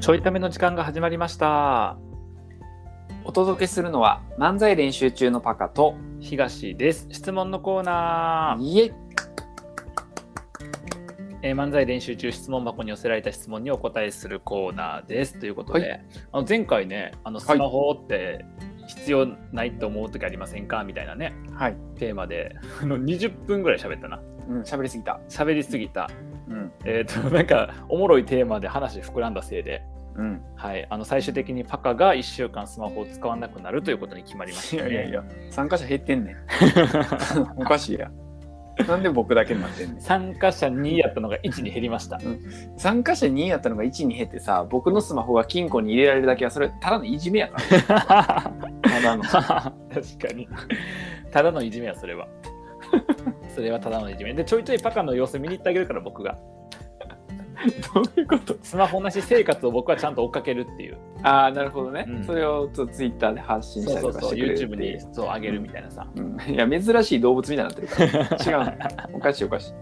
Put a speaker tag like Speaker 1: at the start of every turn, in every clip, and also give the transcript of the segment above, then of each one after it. Speaker 1: ちょいための時間が始まりました。
Speaker 2: お届けするのは漫才練習中のパカと
Speaker 1: 東です。質問のコーナー。
Speaker 2: イエイ
Speaker 1: えー漫才練習中質問箱に寄せられた質問にお答えするコーナーです。ということで、
Speaker 2: は
Speaker 1: あの前回ね、あのスマホって必要ないと思う時ありませんかみたいなね、
Speaker 2: はい
Speaker 1: テーマで あの20分ぐらい喋ったな。
Speaker 2: うん喋りすぎた
Speaker 1: 喋りすぎた。
Speaker 2: うん
Speaker 1: えっ、と、 なんかおもろいテーマで話膨らんだせいで。
Speaker 2: うん
Speaker 1: はい、あの最終的にパカが1週間スマホを使わなくなるということに決まりまし
Speaker 2: い
Speaker 1: た、
Speaker 2: や
Speaker 1: ね。
Speaker 2: いやいや参加者減ってんねん おかしいやなんで僕だけになってんねん
Speaker 1: 参加者2やったのが1に減りました。
Speaker 2: 参加者2やったのが1に減ってさ僕のスマホが金庫に入れられるだけはそれただのいじめやからた だの
Speaker 1: 確かに。ただのいじめや、それは。 それはただのいじめ。で、ちょいちょいパカの様子見に行ってあげるから、僕が。
Speaker 2: どういうこと
Speaker 1: スマホなし生活を僕はちゃんと追っかけるっていう。
Speaker 2: ああなるほどね、
Speaker 1: うん
Speaker 2: それをちょっとツイッターで発信し
Speaker 1: そ
Speaker 2: た
Speaker 1: う
Speaker 2: り
Speaker 1: そ
Speaker 2: と
Speaker 1: う
Speaker 2: か
Speaker 1: そう、
Speaker 2: してくれるって
Speaker 1: YouTube
Speaker 2: い
Speaker 1: に
Speaker 2: う
Speaker 1: そう上げるみたいなさ。
Speaker 2: うん、いや珍しい動物みたいになってる から違うねおかしいおかしい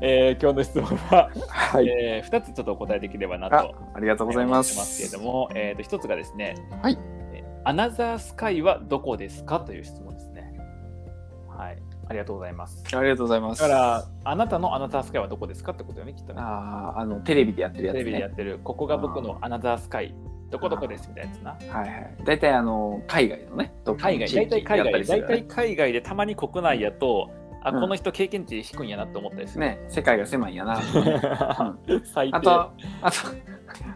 Speaker 1: えー今日の質問は、
Speaker 2: はい、
Speaker 1: え2つちょっとお答えできればな
Speaker 2: あ
Speaker 1: と
Speaker 2: ありがとうござい
Speaker 1: 思
Speaker 2: ま
Speaker 1: って
Speaker 2: す
Speaker 1: ますけれども、えー、と1つがですね、
Speaker 2: はい
Speaker 1: えーアナザースカイはどこですかという質問ですね。はい、ありがとうございます。
Speaker 2: ありがとうございま
Speaker 1: だ
Speaker 2: す
Speaker 1: から、あなたのアナザースカイはどこですかってことよね、きっとね。
Speaker 2: あーあのテレビでやってるや
Speaker 1: テレ
Speaker 2: つ
Speaker 1: ビでや
Speaker 2: ね
Speaker 1: ってる、ここが僕のアナザースカイ、どこどこですみたいなやつな。
Speaker 2: はいはい大体あの海外のねどっか
Speaker 1: 海
Speaker 2: の
Speaker 1: 外、
Speaker 2: 地
Speaker 1: 大
Speaker 2: 域
Speaker 1: 体海
Speaker 2: やった
Speaker 1: 外、
Speaker 2: りする
Speaker 1: 大
Speaker 2: よね
Speaker 1: 体海外でたまに国内やと、あ、
Speaker 2: うん
Speaker 1: この人経験値低いんやなって思ったりする。
Speaker 2: ね世界が狭いんやな
Speaker 1: 最低
Speaker 2: あとはあと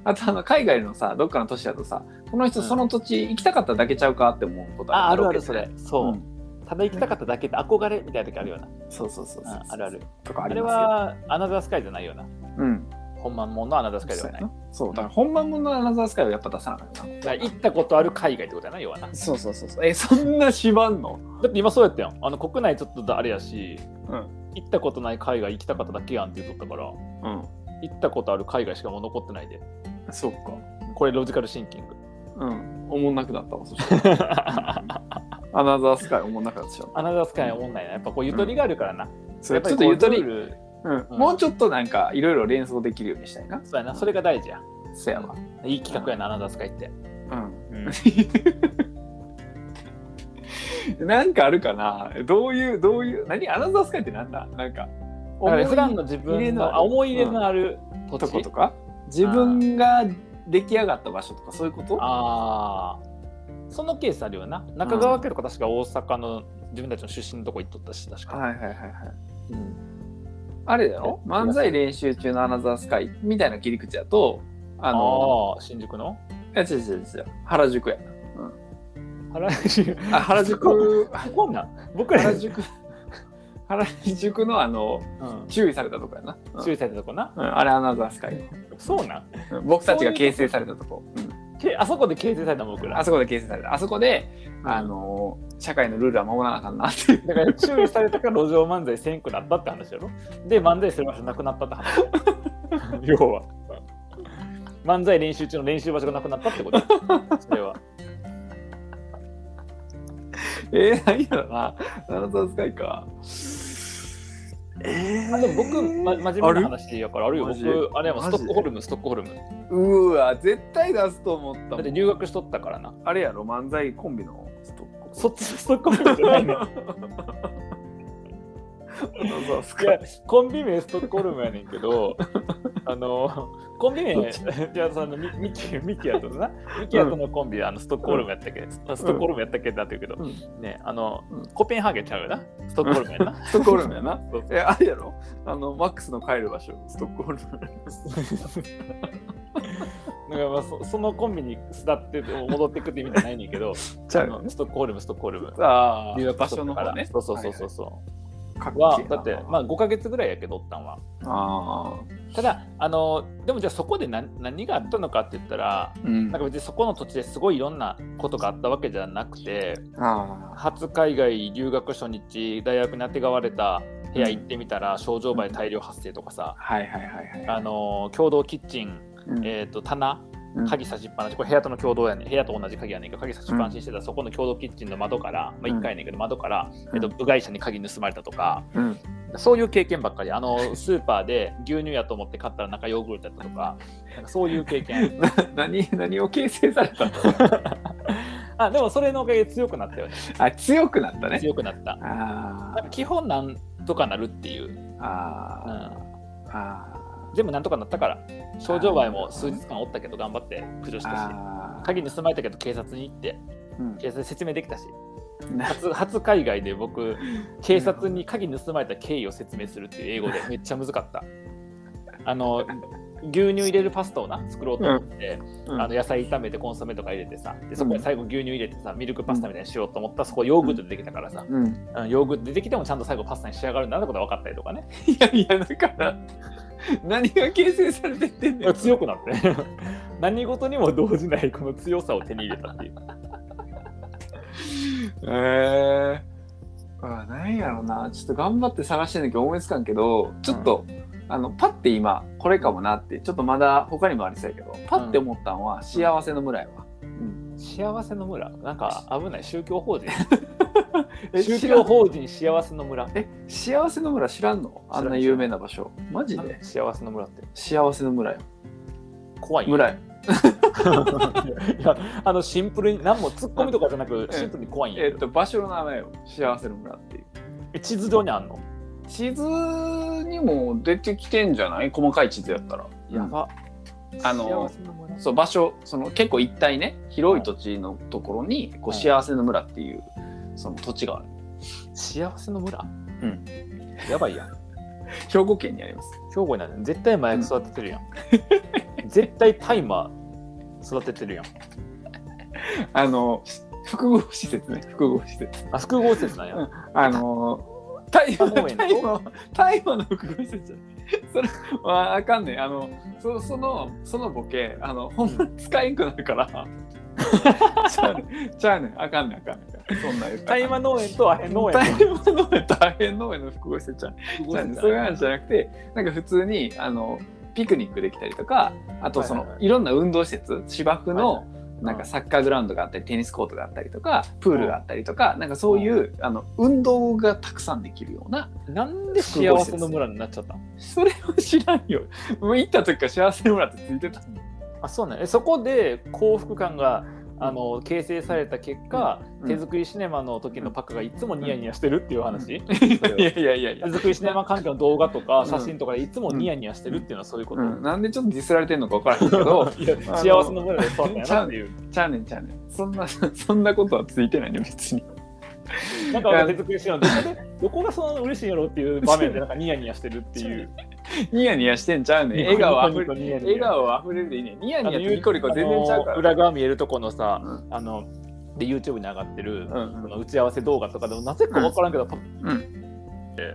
Speaker 2: あとあの海外のさどっかの都市だとさこの人
Speaker 1: うん
Speaker 2: その土地行きたかっただけちゃうかって思うこと
Speaker 1: あ、あ
Speaker 2: だ
Speaker 1: る
Speaker 2: ろ
Speaker 1: あ
Speaker 2: うけ
Speaker 1: る
Speaker 2: ど
Speaker 1: そ
Speaker 2: ね
Speaker 1: れ。そう。
Speaker 2: うん
Speaker 1: ただ行きたかっただけで憧れみたいな時あるような。
Speaker 2: そうそうそう
Speaker 1: う
Speaker 2: そうん
Speaker 1: あるある。
Speaker 2: とか
Speaker 1: あ
Speaker 2: あ
Speaker 1: れ
Speaker 2: りま
Speaker 1: はアナザースカイじゃないような。
Speaker 2: すようん
Speaker 1: 本番ものアナザースカイで
Speaker 2: そ
Speaker 1: は
Speaker 2: う
Speaker 1: な
Speaker 2: や
Speaker 1: い。だ
Speaker 2: なそうだから本番ものアナザースカイをやっぱ出さなかった
Speaker 1: から行ったことある海外ってことやな、要はな。だ
Speaker 2: そうそうそうそうえそんな縛んの
Speaker 1: って今そうやったやん。あの国内ちょっとあれやし、
Speaker 2: うん
Speaker 1: 行ったことない海外行きたかっただけやんって言っとったから。
Speaker 2: うん
Speaker 1: 行ったことある海外しかもう残ってないで
Speaker 2: そっか
Speaker 1: これロジカルシンキ ング
Speaker 2: うんおもんなくなったわそしたら アナザースカイおもんなくなってしまった
Speaker 1: アナザースカイは思んないなやっぱこうゆとりがあるからな、
Speaker 2: そ
Speaker 1: や
Speaker 2: れ
Speaker 1: っ
Speaker 2: ち
Speaker 1: ぱ
Speaker 2: ょ
Speaker 1: り
Speaker 2: っとゆと
Speaker 1: こ
Speaker 2: り
Speaker 1: う、ルール
Speaker 2: うん
Speaker 1: うん
Speaker 2: もうちょっとなんかいろいろ連想できるようにしたいな
Speaker 1: そうやなそれが大事や
Speaker 2: せやわ
Speaker 1: いい企画やなアナザースカイって、
Speaker 2: うんなんかあるかなどういうどういう何アナザースカイってなんだなんか
Speaker 1: だから
Speaker 2: 思い
Speaker 1: 普段の自分のあ思
Speaker 2: 思
Speaker 1: い
Speaker 2: い
Speaker 1: 入れ
Speaker 2: 入れ
Speaker 1: の
Speaker 2: の
Speaker 1: ある土
Speaker 2: と
Speaker 1: 地、
Speaker 2: ことか自分が出来上がった場所とかそういうこと
Speaker 1: ああそのケースあるよな中川家とか確か大阪の自分たちの出身のとこ行っとったし確か、
Speaker 2: はいはいはいはい
Speaker 1: うん
Speaker 2: あれだよ漫才練習中のアナザースカイみたいな切り口だとあ
Speaker 1: あ
Speaker 2: の
Speaker 1: ー新宿の
Speaker 2: いや違う違う違う原宿や
Speaker 1: 原宿
Speaker 2: あ原宿
Speaker 1: ここなん僕ら、う
Speaker 2: 原宿原宿のあの
Speaker 1: ん、
Speaker 2: 注意されたとこやな、うん
Speaker 1: 注意されたとこな
Speaker 2: うんあれアナザースカイ、
Speaker 1: そうなん
Speaker 2: うん僕たちが形成されたとこ、うん
Speaker 1: けあそこで形成されたの僕ら
Speaker 2: あそこで形成されたあそこで、あのー社会のルールは守らなあかんなっていう
Speaker 1: だから注意されたから路上漫才せんくなったって話やろで漫才する場所なくなったって話 要は漫才練習中の練習場所がなくなったって ことそれは
Speaker 2: えー、何やろなアナザースカイかえ
Speaker 1: あでも僕、ま、真面目な
Speaker 2: ある
Speaker 1: 話やからあるよ
Speaker 2: マジ
Speaker 1: 僕あれやもんス
Speaker 2: マジ
Speaker 1: トックホルムストックホルムだ
Speaker 2: うーわ絶対出すと思ったも
Speaker 1: って
Speaker 2: ん
Speaker 1: 留学しとったからな
Speaker 2: あれやろ漫才コンビのストック
Speaker 1: そっちストックホルムじゃないの
Speaker 2: アナザース
Speaker 1: い
Speaker 2: カ
Speaker 1: や
Speaker 2: イ
Speaker 1: コンビ名ストックホルムやねんけ どあのコンビ
Speaker 2: ど
Speaker 1: 名
Speaker 2: っ
Speaker 1: じゃあそのミミキミキヤとなミキヤとのコンビ、あのストックホルムやったっけ、ストックホルムやったっけってなってるけど、
Speaker 2: うん
Speaker 1: ねあの、
Speaker 2: うん
Speaker 1: コペンハーゲンちゃうよなストックホルムやな
Speaker 2: ストックホルムやな
Speaker 1: そう
Speaker 2: えあれやろあのマックスの帰る場所ストックホルム
Speaker 1: だからまあそそのコンビに巣立って戻ってくって意味じゃないねんけど
Speaker 2: ちゃ
Speaker 1: あ
Speaker 2: うよ
Speaker 1: のストックホルムストックホルム
Speaker 2: ああ
Speaker 1: 留学
Speaker 2: 場
Speaker 1: しと
Speaker 2: 所
Speaker 1: った
Speaker 2: の
Speaker 1: から
Speaker 2: 方ね
Speaker 1: そうそうそうそうそ
Speaker 2: かっ
Speaker 1: う、
Speaker 2: こいい
Speaker 1: はだ
Speaker 2: な
Speaker 1: ってまあ5か月ぐらいやけどおったんは
Speaker 2: あ
Speaker 1: ただあのでもじゃあそこで何何があったのかって言ったら
Speaker 2: ーうん
Speaker 1: なんか別にそこの土地ですごいいろんなことがあったわけじゃなくて
Speaker 2: あ
Speaker 1: 初海外留学初日大学にあてがわれた部屋行ってみたら症状バエ大量発生とかさ
Speaker 2: ー、はいはいはいはい
Speaker 1: あの共同キッチン、
Speaker 2: うん
Speaker 1: えー、と棚
Speaker 2: うん
Speaker 1: 鍵差しっぱなしこれ部屋との共同やねん部屋と同じ鍵やねんけど鍵差しっぱなしにしてたらそこの共同キッチンの窓から、まあ、
Speaker 2: うん
Speaker 1: 1回やねんけど窓から、
Speaker 2: ん
Speaker 1: えっと部外者に鍵盗まれたとか
Speaker 2: うん
Speaker 1: だそういう経験ばっかりあのスーパーで牛乳やと思って買ったら中ヨーグルトやったとかなんかそういう経 験
Speaker 2: 何何を形成されたの
Speaker 1: あでもそれのおかげで強くなったよね
Speaker 2: あ強くなったね
Speaker 1: 強くなった
Speaker 2: あ
Speaker 1: なんか基本なんとかなるっていう、
Speaker 2: ーあ
Speaker 1: う
Speaker 2: ー、
Speaker 1: ん、
Speaker 2: あ
Speaker 1: 全部なんとかなったから症状はもう数日間おったけど頑張って駆除
Speaker 2: ー
Speaker 1: したし
Speaker 2: あー
Speaker 1: 鍵盗まれたけど警察に行って
Speaker 2: うん
Speaker 1: 警察に説明できたし
Speaker 2: な
Speaker 1: 初 初海外で僕警察に鍵盗まれた経緯を説明するっていう英語でめっちゃ難かったあの牛乳入れるパスタをな作ろうと思って、
Speaker 2: うん
Speaker 1: あの野菜炒めてコンソメとか入れてさでそこに最後牛乳入れてさミルクパスタみたいにしようと思ったらそこヨーグルトでできたからさ、
Speaker 2: うん
Speaker 1: うんヨーグルトでできてもちゃんと最後パスタに仕上がるんだなってことが分かったりとかね
Speaker 2: いやいやだから何が形成されてってんねん
Speaker 1: 強くなって 何事にも動じないこの強さを手に入れたっていう
Speaker 2: えー、あ何やろうなちょっと頑張って探してんだけど思いつかんけどちょっと、あのパッて今これかもなってちょっとまだ他にもありそうやけどパッて思ったんは幸せの村やわ、
Speaker 1: 幸せの村なんか危ない宗教法人
Speaker 2: え
Speaker 1: 宗教法人幸せの村
Speaker 2: え幸せの村知らんのあんな有名な場所マジで
Speaker 1: 幸せの村って
Speaker 2: 幸せの村よ
Speaker 1: 怖いよ
Speaker 2: 村よ
Speaker 1: いやあのシンプルに何も突っ込みとかじゃなくシンプルに怖いんや
Speaker 2: え
Speaker 1: け
Speaker 2: っ
Speaker 1: ど、
Speaker 2: と場所の名前よ幸せの村っていう
Speaker 1: え地図上にあんの
Speaker 2: 地図にも出てきてんじゃない細かい地図やったら
Speaker 1: やば、
Speaker 2: あ
Speaker 1: 幸
Speaker 2: の
Speaker 1: せの村
Speaker 2: そう場所その結構一帯ね広い土地のところにこう
Speaker 1: はい
Speaker 2: 幸せの村っていうその土地がある
Speaker 1: 幸せの村
Speaker 2: うん
Speaker 1: やばいやん
Speaker 2: 兵庫県にあります
Speaker 1: 兵庫になる絶対麻薬育てて るやん、絶対大麻育ててるやん
Speaker 2: あの複合施設ね複合施設
Speaker 1: あ複合施設なんや、
Speaker 2: うんあの大麻
Speaker 1: あもうええの
Speaker 2: 大麻大麻の複合施設じゃないそれはあかんねんあのそそのそのボケあのほんまに使えんくな るから、ちゃうねんちゃうねんあかんねんあかんねんあかんねんそんなん言ったら
Speaker 1: 大麻農園とアヘン農園
Speaker 2: 大麻農園大変農園の複合施設じゃん
Speaker 1: 複合
Speaker 2: そ
Speaker 1: 施
Speaker 2: うなんで
Speaker 1: 設
Speaker 2: すそういう話じゃなくてなんか普通にあのピクニックできたりとかあとその、
Speaker 1: はいいはい
Speaker 2: ろんな運動施設芝生
Speaker 1: は
Speaker 2: の
Speaker 1: い
Speaker 2: なんかサッカーグラウンドがあったりテニスコートがあったりとかプールがあったりとか、なんかそういう、あの運動がたくさんできるような
Speaker 1: なんで幸せの村になっちゃったの
Speaker 2: それを知らんよ もう行った時から幸せにもらってついてた
Speaker 1: あそうねえそこで幸福感があの形成された結果、
Speaker 2: うん
Speaker 1: 手作りシネマの時のパクがいつもニヤニヤしてるっていう話、
Speaker 2: いやいやいやいや
Speaker 1: 手、作りシネマ関係の動画とか
Speaker 2: うん
Speaker 1: 写真とかでいつもニヤニヤしてるっていうのはそういうこ
Speaker 2: う
Speaker 1: と、
Speaker 2: ん、なんでちょっとディスられてんのか分からへんけ ど
Speaker 1: いや
Speaker 2: あの
Speaker 1: 幸せの村でそうだよなっていう
Speaker 2: ちゃうねんちゃうねんそんなそんなことはついてないね別に
Speaker 1: なんか俺手作りシネマどこでどこがそんな嬉しいんやろっていう場面でなんかニヤニヤしてるっていう
Speaker 2: ニヤニヤしてんちゃうねん笑顔あふれ
Speaker 1: ニヤニヤ
Speaker 2: 笑顔あふれるでいいねニヤニヤとニコニコ全然ちゃうか
Speaker 1: あの
Speaker 2: ら
Speaker 1: 裏側見えるとこのさ、
Speaker 2: う
Speaker 1: あので YouTube に上がってる、
Speaker 2: うん
Speaker 1: その打ち合わせ動画とかでもなぜか分からんけど、パッ
Speaker 2: う
Speaker 1: て、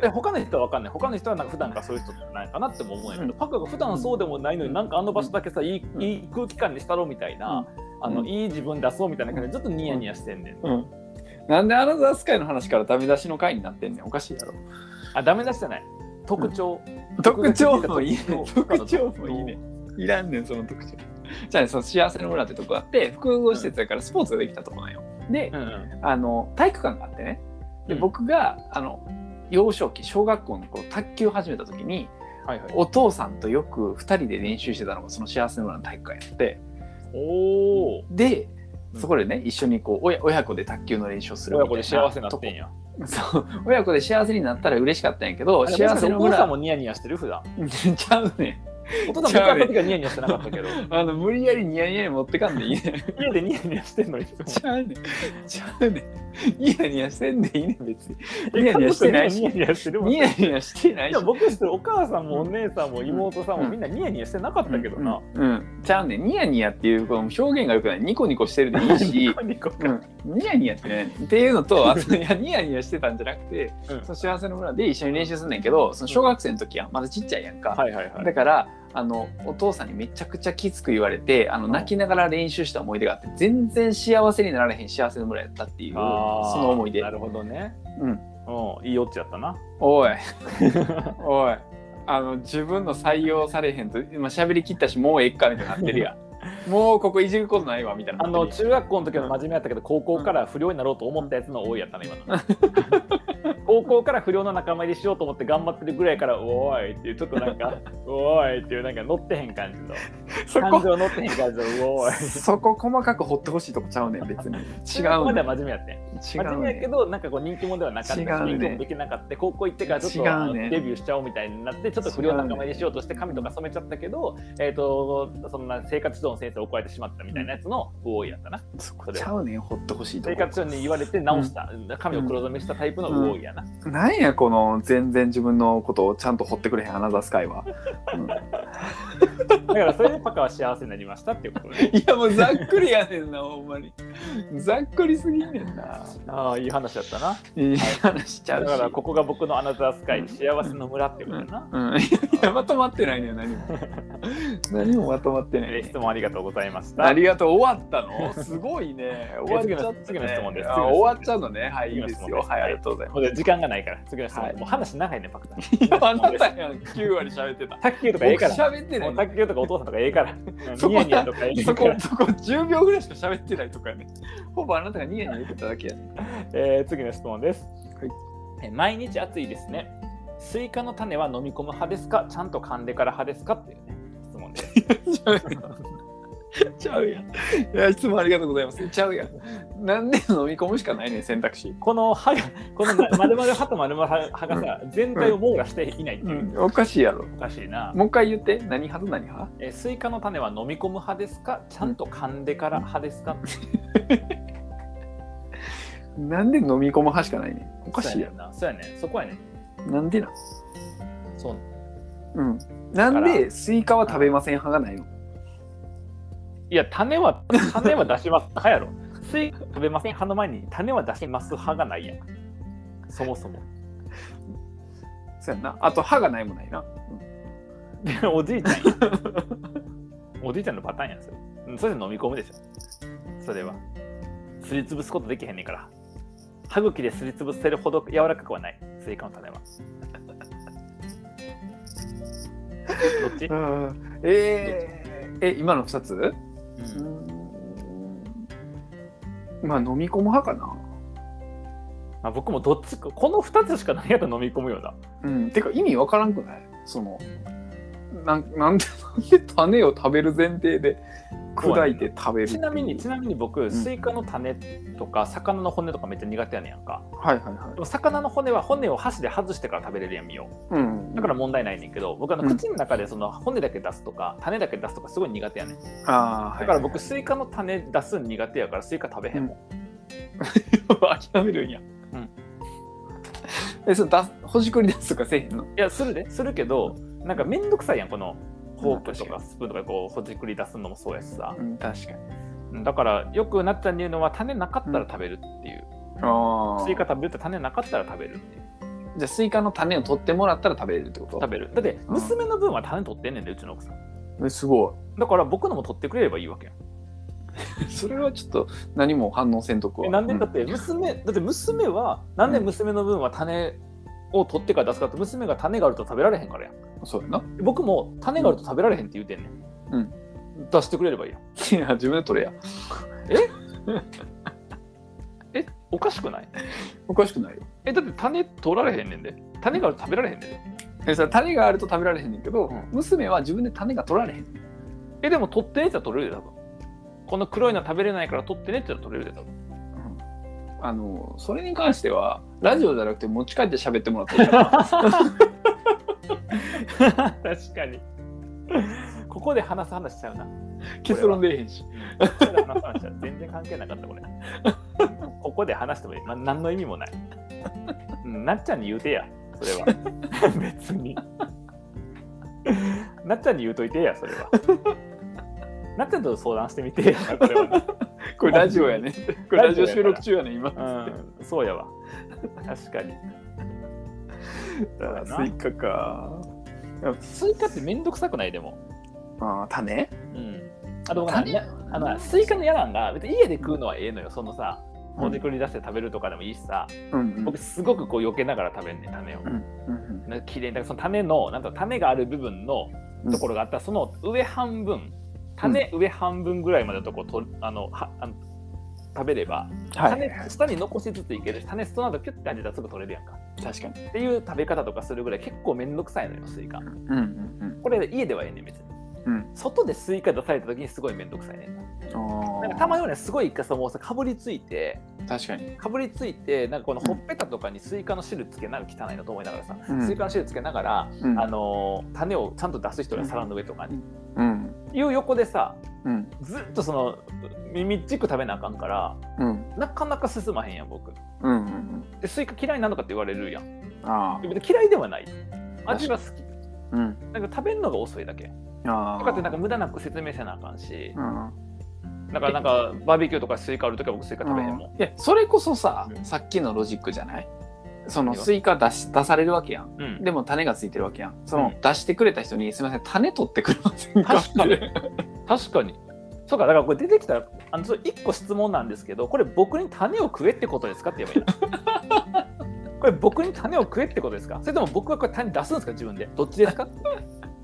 Speaker 1: で他の人は分かんない他の人はなんか普段からそういう人じゃないかなっても思うんやけど、パクが普段そうでもないのになんかあの場所だけさいい,、
Speaker 2: うん
Speaker 1: いい空気感にしたろみたいな、あの
Speaker 2: うん
Speaker 1: いい自分出そうみたいな感じでちょっとニヤニヤしてんねん、
Speaker 2: うんなんでアナザースカイの話からダメ出しの回になってんねんおかしいやろ
Speaker 1: あダメ出しじゃない特徴、
Speaker 2: 特徴もいいね
Speaker 1: 特徴
Speaker 2: 特徴もいいねいらんねんその特徴じゃあねその幸せの村ってとこあって複合施設だからスポーツができたとこなんよで
Speaker 1: うんうん
Speaker 2: あの体育館があってねで
Speaker 1: うん
Speaker 2: 僕があの幼少期小学校の頃卓球を始めた時に
Speaker 1: はいはい
Speaker 2: お父さんとよく2人で練習してたのがその幸せの村の体育館やって
Speaker 1: おお
Speaker 2: で
Speaker 1: うん
Speaker 2: そこでね一緒にこう親親子で卓球の練習をするみ
Speaker 1: 親
Speaker 2: たいな
Speaker 1: 子で幸せになってんや
Speaker 2: とこそう親子で幸せになったら嬉しかったんやけど
Speaker 1: あれもし
Speaker 2: 幸
Speaker 1: かして
Speaker 2: せの
Speaker 1: お父さん
Speaker 2: 村
Speaker 1: もニヤニヤしてる普段
Speaker 2: ちゃうね
Speaker 1: お父さん僕会った時はニヤニヤしてなかったけど
Speaker 2: あの無理やりニヤニヤに持ってかん でいいね
Speaker 1: 家でニヤニヤしてんのいつも
Speaker 2: ちゃうねちゃうねニヤニヤしてんでいいね別に ニヤニヤしてないし
Speaker 1: ニヤニヤしてるもん
Speaker 2: ニヤニヤしてない
Speaker 1: い
Speaker 2: し
Speaker 1: や僕してるお母さんもお姉さんも妹さんもみんなニヤニヤしてなかったけどな。
Speaker 2: うん、うんちゃうねニヤニヤっていうこの表現がよくないニコニコしてるでいいし
Speaker 1: ニコニコ
Speaker 2: うん、ニヤニヤってねっていうのとあといやニヤニヤしてたんじゃなくて、
Speaker 1: うん
Speaker 2: その幸せの村で一緒に練習すんねんけどその小学生の時はまだちっちゃいやんか、
Speaker 1: はいはいはい。
Speaker 2: だからあのお父さんにめちゃくちゃきつく言われてあの
Speaker 1: うん
Speaker 2: 泣きながら練習した思い出があって全然幸せになられへん幸せの村やったっていうそ
Speaker 1: あー
Speaker 2: の思い出
Speaker 1: なるほどね。
Speaker 2: うん、
Speaker 1: うん、いいオッチやったな。
Speaker 2: おいおいあの自分の採用されへんと今喋りきったしもうええかみたいになってるや んもうここいじることないわみたいな
Speaker 1: あの中学校の時は真面目やったけど高校から不良になろうと思ったやつの多いやったね今の。 高校から不良の仲間入りしようと思って頑張ってるぐらいから「おーい」っていうちょっとなん か「おーい」っていうなんか乗ってへん感じの
Speaker 2: そ
Speaker 1: 感
Speaker 2: こ
Speaker 1: 情乗ってへん感じの「おーい」
Speaker 2: そこ細かく掘ってほしいとこちゃうねん 別に 違
Speaker 1: ここま
Speaker 2: う
Speaker 1: で
Speaker 2: ねん
Speaker 1: は真面目やってん
Speaker 2: 違
Speaker 1: 真面
Speaker 2: う
Speaker 1: 目や
Speaker 2: ね
Speaker 1: け
Speaker 2: ん
Speaker 1: どなんかこう人気者ではなかったし
Speaker 2: 違うね
Speaker 1: 人気もできなかった高校行ってからちょっと
Speaker 2: 違うね
Speaker 1: あのデビューしちゃおうみたいになってちょっと不良仲間入りしようとして髪とか染めちゃったけどえっとそんな生活指導の先生を怒られてしまったみたいなやつの「おーい」やったな
Speaker 2: そこちゃうねん掘ってほしいと
Speaker 1: 生
Speaker 2: こ
Speaker 1: 活指導に言われて直した髪を黒染めしたタイプの「おーい」やな
Speaker 2: なんやこの全然自分のことをちゃんと掘ってくれへんアナザースカイは、うん
Speaker 1: だからそれでパカは幸せになりましたっていうことね
Speaker 2: いやもうざっくりやねんなほんまにざっくりすぎんねんな
Speaker 1: ああいい話だったない
Speaker 2: い話しちゃ
Speaker 1: だ
Speaker 2: うし
Speaker 1: からここが僕のアナザースカイ幸せの村ってこ
Speaker 2: う
Speaker 1: と
Speaker 2: ん
Speaker 1: だな、
Speaker 2: うん、いやまとまってないねん何 も何もまとまってない、
Speaker 1: え
Speaker 2: ね
Speaker 1: 質問ありがとうございました
Speaker 2: ありがとう終わったのすごいね終わっちゃっ た、
Speaker 1: 次
Speaker 2: ね、
Speaker 1: の質問です
Speaker 2: あ
Speaker 1: 次の質問です
Speaker 2: 終わっちゃうのねはいいいです
Speaker 1: 次の質問
Speaker 2: よ
Speaker 1: です
Speaker 2: はいありがとうございま
Speaker 1: もう時間がないから次の質問、
Speaker 2: はい
Speaker 1: もう話長いねパクさん
Speaker 2: すいやあなたやん9割喋ってた
Speaker 1: 卓球とか
Speaker 2: 僕
Speaker 1: ええから
Speaker 2: 喋ってな
Speaker 1: も
Speaker 2: いう
Speaker 1: 卓球とかお父さんとかええ から
Speaker 2: そこ
Speaker 1: ニヤニヤとかええか
Speaker 2: そこ
Speaker 1: ら、
Speaker 2: そこ10秒ぐらいしか喋ってないとかね。ほぼあなたがニヤニヤ言ってただけやね。
Speaker 1: えー次の質問です、
Speaker 2: い
Speaker 1: え毎日暑いですねスイカの種は飲み込む派ですかちゃんと噛んでから派ですかっていうね質問です
Speaker 2: ちゃうやん。 ちゃうやん。いや、いつもありがとうございます。ちゃうやん。なんで飲み込むしかないねん、選択肢。
Speaker 1: この 歯がこの丸々歯と丸々歯がさ全体を網羅していないって
Speaker 2: う
Speaker 1: いう、
Speaker 2: ん、おかしいやろ。
Speaker 1: おかしいな、
Speaker 2: もう一回言って、何派と何派
Speaker 1: えースイカの種は飲み込む派ですかちゃんと噛んでから派ですか、
Speaker 2: なんで飲み込む派しかないねん。お
Speaker 1: お
Speaker 2: かしいや
Speaker 1: なそうやねそこやね
Speaker 2: ろ。なんでなん
Speaker 1: そう
Speaker 2: うん。なんでスイカは食べません派がないの
Speaker 1: いや種は種は出します派やろスイカ食べません派の前に種は出します派がないやんそもそも
Speaker 2: そうやんな。あと歯がないもないな。
Speaker 1: で おじいちゃんや おじいちゃんのパターンやんそれうんそれで飲み込むでしょそれはすりつぶすことできへんねんから歯茎ですりつぶせるほど柔らかくはないスイカの種は どっち、
Speaker 2: うん。えー、え、今の2つ
Speaker 1: うん
Speaker 2: まあ飲み込む派かな。
Speaker 1: まあ、僕もどっちかこの2つしかないやと飲み込むような
Speaker 2: うん、てか意味わからんくないそのなんなんでなんで種を食べる前提で砕いて食べるってい
Speaker 1: ち
Speaker 2: う
Speaker 1: なみにちなみに僕、
Speaker 2: ん
Speaker 1: スイカの種とか魚の骨とかめっちゃ苦手やねんやんか
Speaker 2: はいはいは
Speaker 1: でも魚の骨は骨を箸で外してから食べれるやんみよ
Speaker 2: い、うん、
Speaker 1: だから問題ないねんけど僕あの
Speaker 2: うん
Speaker 1: 口の中でその骨だけ出すとか種だけ出すとかすごい苦手やねんだ
Speaker 2: あー
Speaker 1: から僕スイカの種出すん苦手やからスイカ食べへんもん、
Speaker 2: はい諦めるん や、
Speaker 1: うん、
Speaker 2: えそのだほじくり出すとかせえへんの
Speaker 1: いやするでするけどなんかめんどくさいやんこのフォークと
Speaker 2: うん確か
Speaker 1: かスプーンとかでこうほじくり出すのもそうやしさ
Speaker 2: うん確かに
Speaker 1: うんだからよくなっちゃんに言うのは種なかったら食べるっていう、
Speaker 2: ああ
Speaker 1: スイカ食べると種なかったら食べるっていう
Speaker 2: じゃあスイカの種を取ってもらったら食べれるってこと
Speaker 1: 食べるだって
Speaker 2: うん
Speaker 1: 娘の分は種取ってんねんでうちの奥さん
Speaker 2: えすご
Speaker 1: だから僕のも取ってくれればいいわけやん
Speaker 2: い それはちょっと何も反応せんとくわ
Speaker 1: えなんでだ
Speaker 2: う
Speaker 1: って娘だって娘はなんで娘の分は種を取ってから出すかって娘が種があると食べられへんからやん
Speaker 2: そうやな
Speaker 1: 僕も種があると食べられへんって言うてんねん、
Speaker 2: う
Speaker 1: 出してくれればいいやん
Speaker 2: いや自分で取れや
Speaker 1: えおかしくない
Speaker 2: おかしくないよ
Speaker 1: えだって種取られへんねんで種があると食べられへんねんで
Speaker 2: えさ種があると食べられへんねんけど、
Speaker 1: うん
Speaker 2: 娘は自分で種が取られへん
Speaker 1: えでも取ってねって言ったら取れるで多分この黒いのは食べれないから取ってねって言ったら取れるで多分
Speaker 2: あのそれに関してはラジオじゃなくて持ち帰って喋ってもらってい いかな
Speaker 1: 確かに ここで話す話しちゃうな
Speaker 2: 結論出えへんし
Speaker 1: ここで話す話は全然関係なかったこれここで話してもいい、まあ、何の意味もないうんなっちゃんに言うてやそれは別になっちゃんに言うといてやそれはなっちゃんと相談してみてやこれは、
Speaker 2: これラジオや ねこれラジオ収録中やね今
Speaker 1: うん、そうやわ確かにだ
Speaker 2: スイカか
Speaker 1: スイカってめんどくさくないでも
Speaker 2: あー種
Speaker 1: うんあと僕なあのスイカの嫌なんが別に家で食うのはええのよそのさほじくり出して食べるとかでもいいしさ、
Speaker 2: うんうん
Speaker 1: 僕すごくこう避けながら食べんねん種を
Speaker 2: う。んうん
Speaker 1: な綺麗にだからその種のなんだろう種がある部分の
Speaker 2: うん
Speaker 1: ところがあったらその上半分種上半分ぐらいまでのとこをとあのはあの食べれば、
Speaker 2: はい。
Speaker 1: 種下に残しつついけるし種その後キュッて味たらすぐ取れるやんか
Speaker 2: 確かに。
Speaker 1: っていう食べ方とかするぐらい結構めんどくさいのよスイカ
Speaker 2: うんうん
Speaker 1: これ家ではええねん別に、
Speaker 2: うん
Speaker 1: 外でスイカ出された時にすごいめんどくさいねん
Speaker 2: うん。
Speaker 1: なん
Speaker 2: あ
Speaker 1: か
Speaker 2: あ。
Speaker 1: たまにはねすごいイカさもうさかぶりついて
Speaker 2: 確かに。
Speaker 1: かぶりついてなんかこのほっぺたとかにスイカの汁つけながら汚いなと思いながらさ、
Speaker 2: うん
Speaker 1: スイカの汁つけながら、
Speaker 2: うん
Speaker 1: あのー種をちゃんと出す人が皿の上とかに、
Speaker 2: うん。
Speaker 1: いう横でさ
Speaker 2: うん。
Speaker 1: ずっとそのみみっちく食べなあかんから
Speaker 2: うん。
Speaker 1: なかなか進まへんやん僕
Speaker 2: うん。うん。
Speaker 1: でスイカ嫌いなのかって言われるやん
Speaker 2: あ
Speaker 1: 別に嫌いではない味は好き
Speaker 2: あ。うん。
Speaker 1: なんか食べるのが遅いだけ
Speaker 2: ああ。
Speaker 1: とかってなんか無駄なく説明せなあかんし
Speaker 2: うん。
Speaker 1: だからなんかバーベキューとかスイカある時は僕スイカ食べへんもん、
Speaker 2: いや、それこそさ
Speaker 1: う、ん
Speaker 2: さっきのロジックじゃないそのスイカ出し出されるわけやん。
Speaker 1: うん
Speaker 2: でも種がついてるわけやん。その
Speaker 1: う
Speaker 2: 出してくれた人に、すみません、種取ってくれませ んか
Speaker 1: 確か に確かにそうかだからこれ出てきたらあのちょっと1個質問なんですけどこれ僕に種を食えってことですかって言えばいい のこれ僕に種を食えってことですかそれとも僕はこれ種出すんですか自分でどっちですか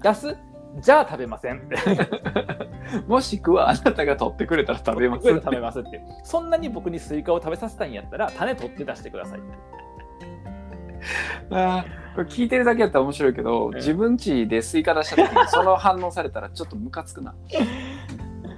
Speaker 1: 出すじゃあ食べませんって
Speaker 2: もしくはあなたが取ってくれたら食べます。
Speaker 1: 食べますってそんなに僕にスイカを食べさせたいんやったら種取って出してくださいって
Speaker 2: あーこれ聞いてるだけやったら面白いけど、
Speaker 1: ええ
Speaker 2: 自分ちでスイカ出した時にその反応されたらちょっとムカつくな。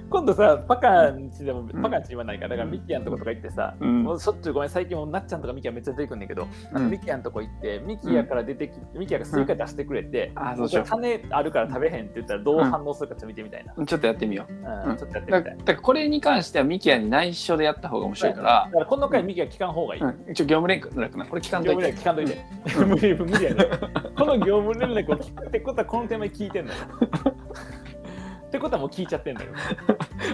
Speaker 1: 今度さパカンチでも
Speaker 2: ん
Speaker 1: パカンチ言わないからだからミッキアンとことか行ってさ、
Speaker 2: うん
Speaker 1: もうしょっちゅうごめん最近もうなっちゃんとかミキアンめっちゃ出てくるんだけど、あのミキアンとこ行ってミキアから出てきてミキアがスイカ出してくれて、
Speaker 2: あーそうしよ
Speaker 1: 種あるから食べへんって言ったらどう反応するかちょっと見てみたいな、
Speaker 2: う。ちょっとやってみよ
Speaker 1: うん
Speaker 2: うん
Speaker 1: ちょっとやっ
Speaker 2: う。
Speaker 1: て
Speaker 2: だ
Speaker 1: み
Speaker 2: か
Speaker 1: た
Speaker 2: ら
Speaker 1: い
Speaker 2: だからこれに関してはミキヤに内緒でやった方が面白いか
Speaker 1: だ
Speaker 2: ら、
Speaker 1: からこの回ミキア聞かん方がいい、
Speaker 2: うん、一応業務連絡な。これ聞かん
Speaker 1: 業
Speaker 2: とい
Speaker 1: 務連
Speaker 2: て。
Speaker 1: 絡聞かんといて、無理無理やねこの業務連絡を聞くってことはこの手前聞いてん のよってことはもう聞いちゃってんだよ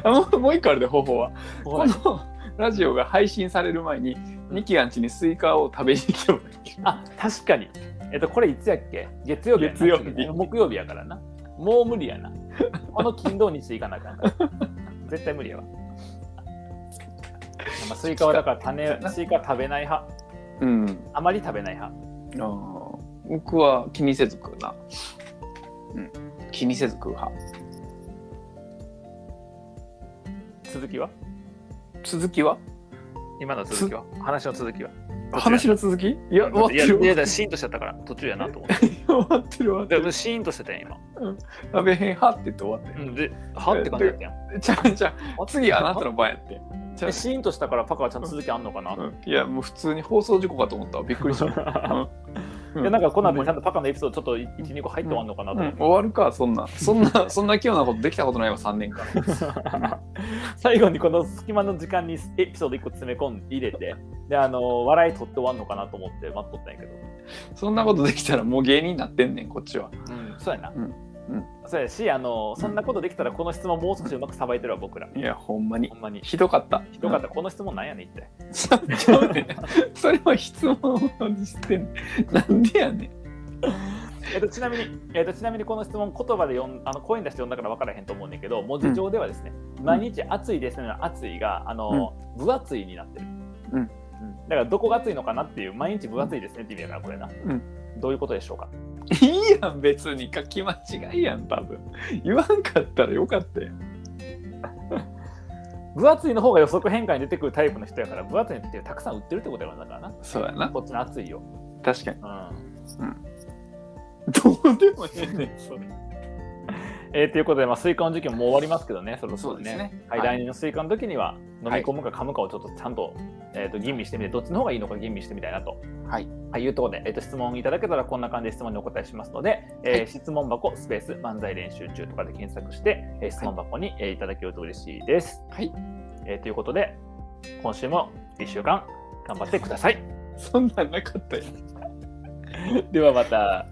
Speaker 2: あもうもう一個あるで方法は。
Speaker 1: ほ
Speaker 2: こ
Speaker 1: ら
Speaker 2: のラジオが配信される前に、ミキヤん家にスイカを食べに来てもらえる
Speaker 1: あ確かにえっとこれいつやっけ月曜日やな
Speaker 2: 月曜日
Speaker 1: 木曜日やからなもう無理やなこの金土日行かなあかん から絶対無理やわまあスイカはだから種スイカは食べない派
Speaker 2: うん。
Speaker 1: あまり食べない派
Speaker 2: あー僕は気にせず食うな。うん。気にせず食う派。
Speaker 1: 続きは
Speaker 2: 続きは
Speaker 1: 今の続きは話の続きは
Speaker 2: 話
Speaker 1: の
Speaker 2: の続きい
Speaker 1: 終
Speaker 2: や、
Speaker 1: わっ
Speaker 2: 終わってる。
Speaker 1: いやいやシーンとしちゃったから途中やなと思って
Speaker 2: 終わってる終わって
Speaker 1: で
Speaker 2: る
Speaker 1: 俺シーンとしてたやん今
Speaker 2: 食べへん派って言って終わって
Speaker 1: うんではって感じだったやん
Speaker 2: るじゃあじゃあ次あなたの番やってじゃ
Speaker 1: えシーンとしたからパカはちゃんと続きあんのかな
Speaker 2: あ、うんいやもう普通に放送事故かと思ったわびっく りした、う
Speaker 1: いやなんかこの後ちゃんとパカのエピソードちょっと12個入って終わんのかなと
Speaker 2: う
Speaker 1: 思
Speaker 2: ん
Speaker 1: って
Speaker 2: 終わるかそんなそ んなそんな器用なことできたことないわ3年間
Speaker 1: 最後にこの隙間の時間にエピソード1個詰め込んで入れてであの笑い取って終わんのかなと思って待っとったんやけど、
Speaker 2: そんなことできたらもう芸人になってんねんこっちは
Speaker 1: そうやな、
Speaker 2: うんうん
Speaker 1: そうやしあのそんなことできたらこの質問もう少しうまくさばいてるわ僕ら
Speaker 2: いやほんまに
Speaker 1: ほんまに
Speaker 2: ひどかった
Speaker 1: ひどかった、この質問なんやねん一体
Speaker 2: たちゃ うねん それは質問をしてんなんでやねん
Speaker 1: えっとちなみに、えっと、ちなみにこの質問言葉で読んあの声に出して読んだから分からへんと思うねんだけど文字上ではですね、毎日暑いですねの暑いがあの、分厚いになってる、
Speaker 2: うん
Speaker 1: だからどこが暑いのかなっていう毎日分厚いですねって意味やからこれな、
Speaker 2: うん
Speaker 1: どういうことでしょうか
Speaker 2: いいやん別に書き間違いやん多分言わんかったらよかったやん
Speaker 1: 分厚いの方が予測変化に出てくるタイプの人やから分厚いってたくさん売ってるってことやからだからな
Speaker 2: そうやな
Speaker 1: こっちの厚いよ、
Speaker 2: 確かに
Speaker 1: うん
Speaker 2: どうでもええねんそれ
Speaker 1: えーということで、まあ、スイカの時期ももう終わりますけどねそろそ
Speaker 2: そ
Speaker 1: ろ
Speaker 2: うで
Speaker 1: ね
Speaker 2: すね
Speaker 1: はい、来年のスイカの時には飲み
Speaker 2: はい
Speaker 1: 込むか噛むかをちょっとちゃんと,、えー、と吟味してみてどっちの方がいいのか吟味してみたいなと、
Speaker 2: はい
Speaker 1: はい、いうところで、えー、と質問いただけたらこんな感じで質問にお答えしますので、えー
Speaker 2: はい
Speaker 1: 質問箱スペース漫才練習中とかで検索して、えー質問箱に、えーいただけると嬉しいです、
Speaker 2: はい
Speaker 1: えーということで今週も1週間頑張ってください
Speaker 2: そんなんなかったや ん
Speaker 1: ではまた。